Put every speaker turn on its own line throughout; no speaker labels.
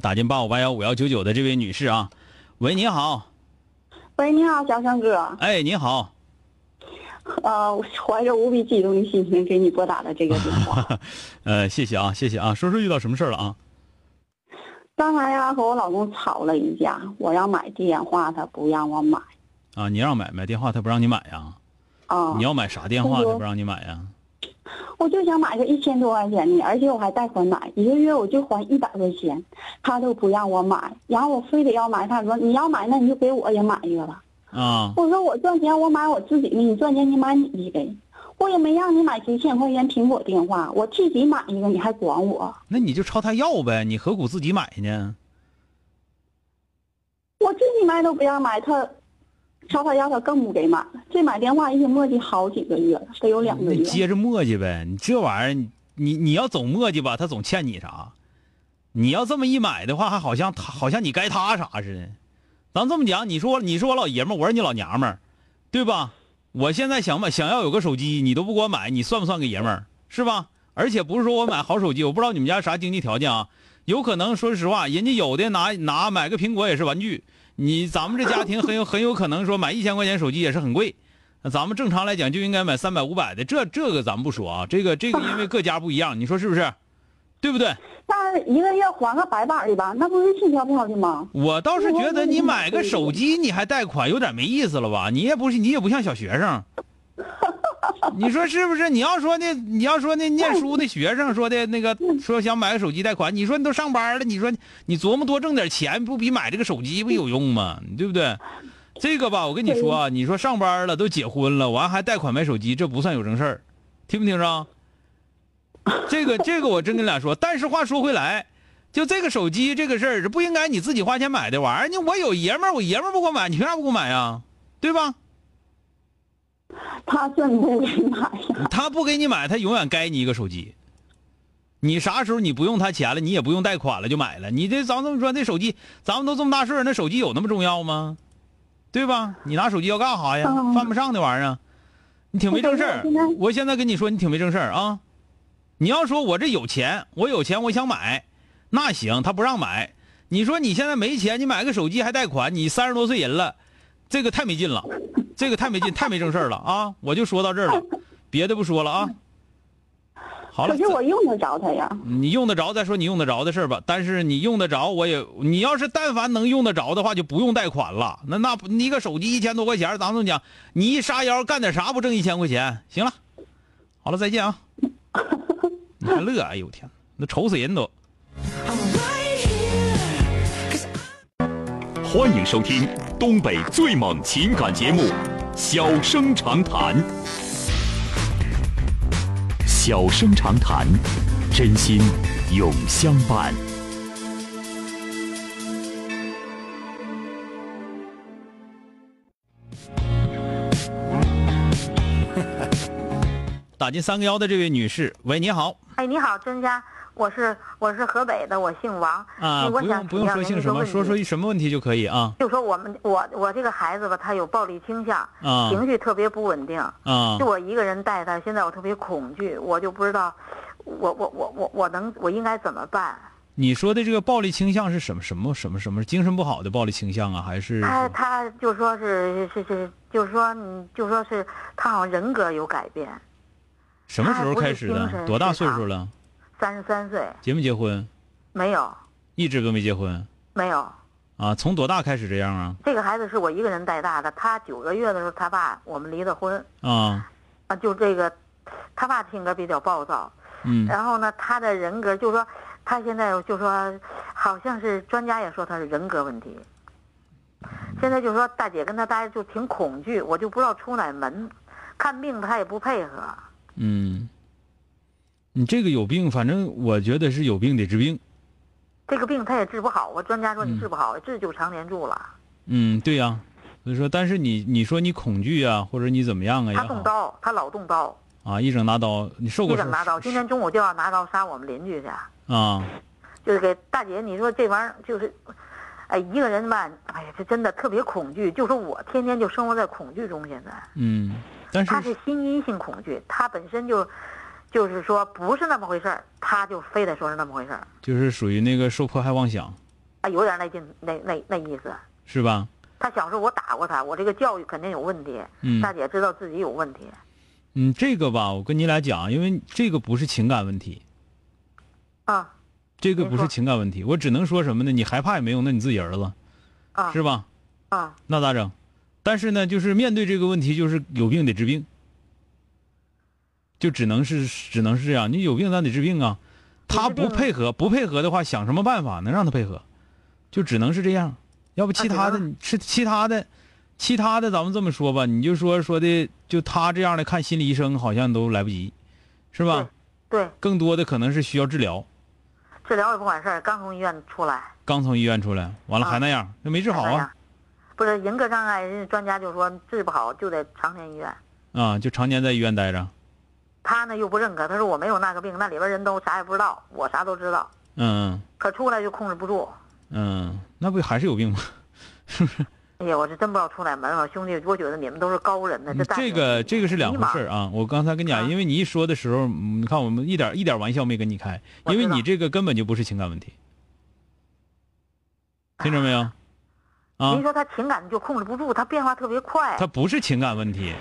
打进八五八幺五幺九九的这位女士啊，喂，你好，
喂，你好，小生哥，
哎，你好，
呃，我怀着无比激动的心情给你拨打了这个电 话。
呃，谢谢啊，谢谢啊，说说遇到什么事儿了啊？
刚才呀，和我老公吵了一架，我要买电话，他不让我买。
啊，你让买买电话，他不让你买呀、
啊、
你要买啥电话，
中
他
国
不让你买呀、
我就想买个一千多块钱的，而且我还贷款买，一个月我就还一百块钱，他都不让我买，然后我非得要买，他说你要买那你就给我也买一个吧。
啊？
我说我赚钱我买我自己的，你赚钱你买你的呗，我也没让你买几千块钱苹果电话，我自己买一个你还管我？
那你就朝他要呗，你何苦自己买呢？
我自己买都不让买，他吵吵要他更不给买了。这买电话已经磨叽好几个月了，得有两个
那
月。
嗯接着磨叽呗，你这玩意儿，你你你要总磨叽吧，他总欠你啥。你要这么一买的话，还好像他好像你该他啥似的。咱这么讲，你说我你说我老爷们儿，我是你老娘们儿，对吧？我现在想买想要有个手机，你都不给我买，你算不算个爷们儿？是吧？而且不是说我买好手机，我不知道你们家啥经济条件啊，有可能说实话，人家有的拿拿买个苹果也是玩具，你咱们这家庭很有很有可能说买一千块钱手机也是很贵，那咱们正常来讲就应该买三百五百的，这这个咱不说啊，这个这个因为各家不一样，你说是不是？对不对？
但是一个月还个白板儿的吧，那不是轻飘飘的吗？
我倒是觉得你买个手机你还贷款，有点没意思了吧？你也不是你也不像小学生，你说是不是？你要说那你要说那念书的学生说的那个说想买个手机贷款，你说你都上班了，你说你琢磨多挣点钱，不比买这个手机不有用吗？对不对？这个吧，我跟你说啊，你说上班了都结婚了，完还贷款买手机，这不算有正事儿，听没听着？这个这个我真跟你俩说，但是话说回来，就这个手机这个事儿是不应该你自己花钱买的玩意儿。你我有爷们儿，我爷们儿不给我买，你凭啥不给我买呀？对吧？
他真不给买呀。
他不给你买，他永远该你一个手机。你啥时候你不用他钱了，你也不用贷款了就买了，你这咱这么说，这手机咱们都这么大岁数，那手机有那么重要吗？对吧？你拿手机要干啥呀？
嗯
犯不上的玩意儿啊，你挺没正事儿
我现在。
我现在跟你说，你挺没正事儿啊。你要说我这有钱，我有钱，我想买，那行，他不让买。你说你现在没钱，你买个手机还贷款，你三十多岁人了，这个太没劲了，这个太没劲，太没正事儿了啊！我就说到这儿了，别的不说了啊。好了
可，是我用得着他呀。
你用得着再说你用得着的事儿吧。但是你用得着，我也你要是但凡能用得着的话，就不用贷款了。那那不你一个手机一千多块钱儿，咱们讲，你一杀腰干点啥不挣一千块钱？行了，好了，再见啊！你还乐？哎呦我天，那愁死人都。
欢迎收听东北最猛情感节目《小生长谈》。小生长谈，真心永相伴。
打进三个幺的这位女士，喂，你好
哎，你好，专家，我是我是河北的，我姓王。
啊，
嗯我
不
想
用不用
请
说
教您
姓
一
什
个
么，
问
说
题
说什么问题就可以啊
就说我们我我这个孩子吧，他有暴力倾向，
啊
情绪特别不稳定，
啊
就我一个人带他，现在我特别恐惧，我就不知道，我我我我我能我应该怎么办？
你说的这个暴力倾向是什么什么什么什么精神不好的暴力倾向啊，还是
他他就说是是是，就是说嗯就说是他好像人格有改变，
什么时候开始
他不是精
的？
神
多大
失
岁
常
数了？
三十三岁
结没结婚？
没有，
一直都没结婚
没有。
啊？从多大开始这样啊？
这个孩子是我一个人带大的，他九个月的时候，他爸我们离的婚，
啊，
啊，就这个，他爸性格比较暴躁，
嗯
然后呢，他的人格就说，他现在就说，好像是专家也说他是人格问题。现在就说大姐跟他待着就挺恐惧，我就不知道出哪门，看病他也不配合。
嗯，你这个有病，反正我觉得是有病得治病。
这个病他也治不好，我专家说你治不好，治就常年住了。
嗯，对呀、所以说，但是你你说你恐惧啊，或者你怎么样啊也
他动
好
刀，他老动刀，
啊，一整拿刀，你受
一
过
整
伤
拿刀。今天中午就要拿刀杀我们邻居去，
啊？
就是给大姐，你说这玩意儿就是，哎，一个人吧，哎呀，这真的特别恐惧。就说我天天就生活在恐惧中，现在
嗯，但
他
是
是心因性恐惧，他本身就，就是说不是那么回事儿，他就非得说是那么回事儿，
就是属于那个受迫害妄想，
啊，有点那劲那那那意思。
是吧？
他小时候我打过他，我这个教育肯定有问题。
嗯
大姐知道自己有问题，
嗯，这个吧，我跟你俩讲，因为这个不是情感问题，
啊
这个
没
不是
错
情感问题，我只能说什么呢？你害怕也没用，那你自己儿子
啊
是吧？
啊！
那咋整？但是呢，就是面对这个问题，就是有病得治病，就只能是只能是这样。你有病咱得治病啊，他不配合，不配合的话，想什么办法能让他配合？就只能是这样，要不其他的
只能
你是其他的，其他的咱们这么说吧，你就说说的，就他这样的看心理医生好像都来不及，是吧？
对，
更多的可能是需要治疗，
治疗也不管事儿，刚从医院出来，
刚从医院出来，完了还
啊
那样，那没治好
哎呀
啊，
不是人格障碍，人家专家就说治不好就得常年医院。
啊，就常年在医院待着，
他呢又不认可，他说我没有那个病，那里边人都啥也不知道，我啥都知道，
嗯。嗯
可出来就控制不住。
嗯，那不还是有病吗？
哎呀，我是真不知道出哪门了，兄弟，我觉得你们都是高人呢。
你
这大
这
姐
个这个是两回事
迷
儿啊。我刚才跟你讲，
啊
因为你一说的时候，嗯你看我们一点一点玩笑没跟你开，
我
因为
知道
你这个根本就不是情感问题，听着没有？
茫。
啊
您，说他情感就控制不住，他变化特别快。
它不是情感问题，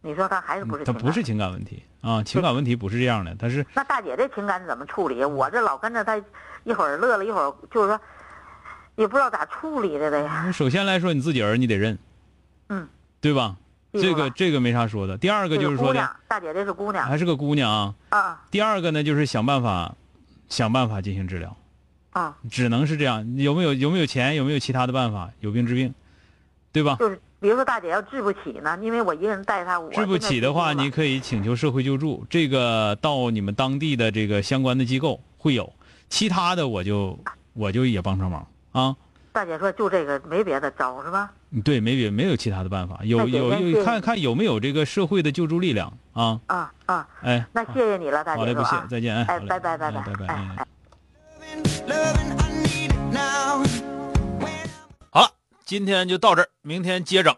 你说他还是不
它
是情感？
嗯不是。情感问题啊，情感问题不是这样的，它是
那大姐这情感怎么处理？我这老跟着他，一会儿乐了，一会儿就是说，也不知道咋处理的呀。
首先来说你自己儿你得认，
嗯，
对吧？
记
这
住
个
了
这个没啥说的。第二个
这
就是
姑
说的
娘，大姐这是姑娘
还是个姑娘啊。
啊
第二个呢就是想办法，想办法进行治疗。
啊，
只能是这样。有没有有没有钱？有没有其他的办法？有病治病，对吧？
就是比如说大姐要治不起呢，因为我一个人带她，我
治不起的话，
现在
你可以请求社会救助，这个到你们当地的这个相关的机构会有。其他的我就我就也帮上忙啊。
大姐说就这个没别的招是吧？
对，没别没有其他的办法，有
那姐
有
先
有
谢
看
你
看有没有这个社会的救助力量啊？
啊啊，
哎，
那谢谢你了，大
好嘞，
姐
不
说
谢
啊，，
再见，哎，好
哎，
嘞
拜拜拜
哎
拜
拜拜，
哎
哎。
哎。
Loving, I need it now.
好了，今天就到这儿，明天接着。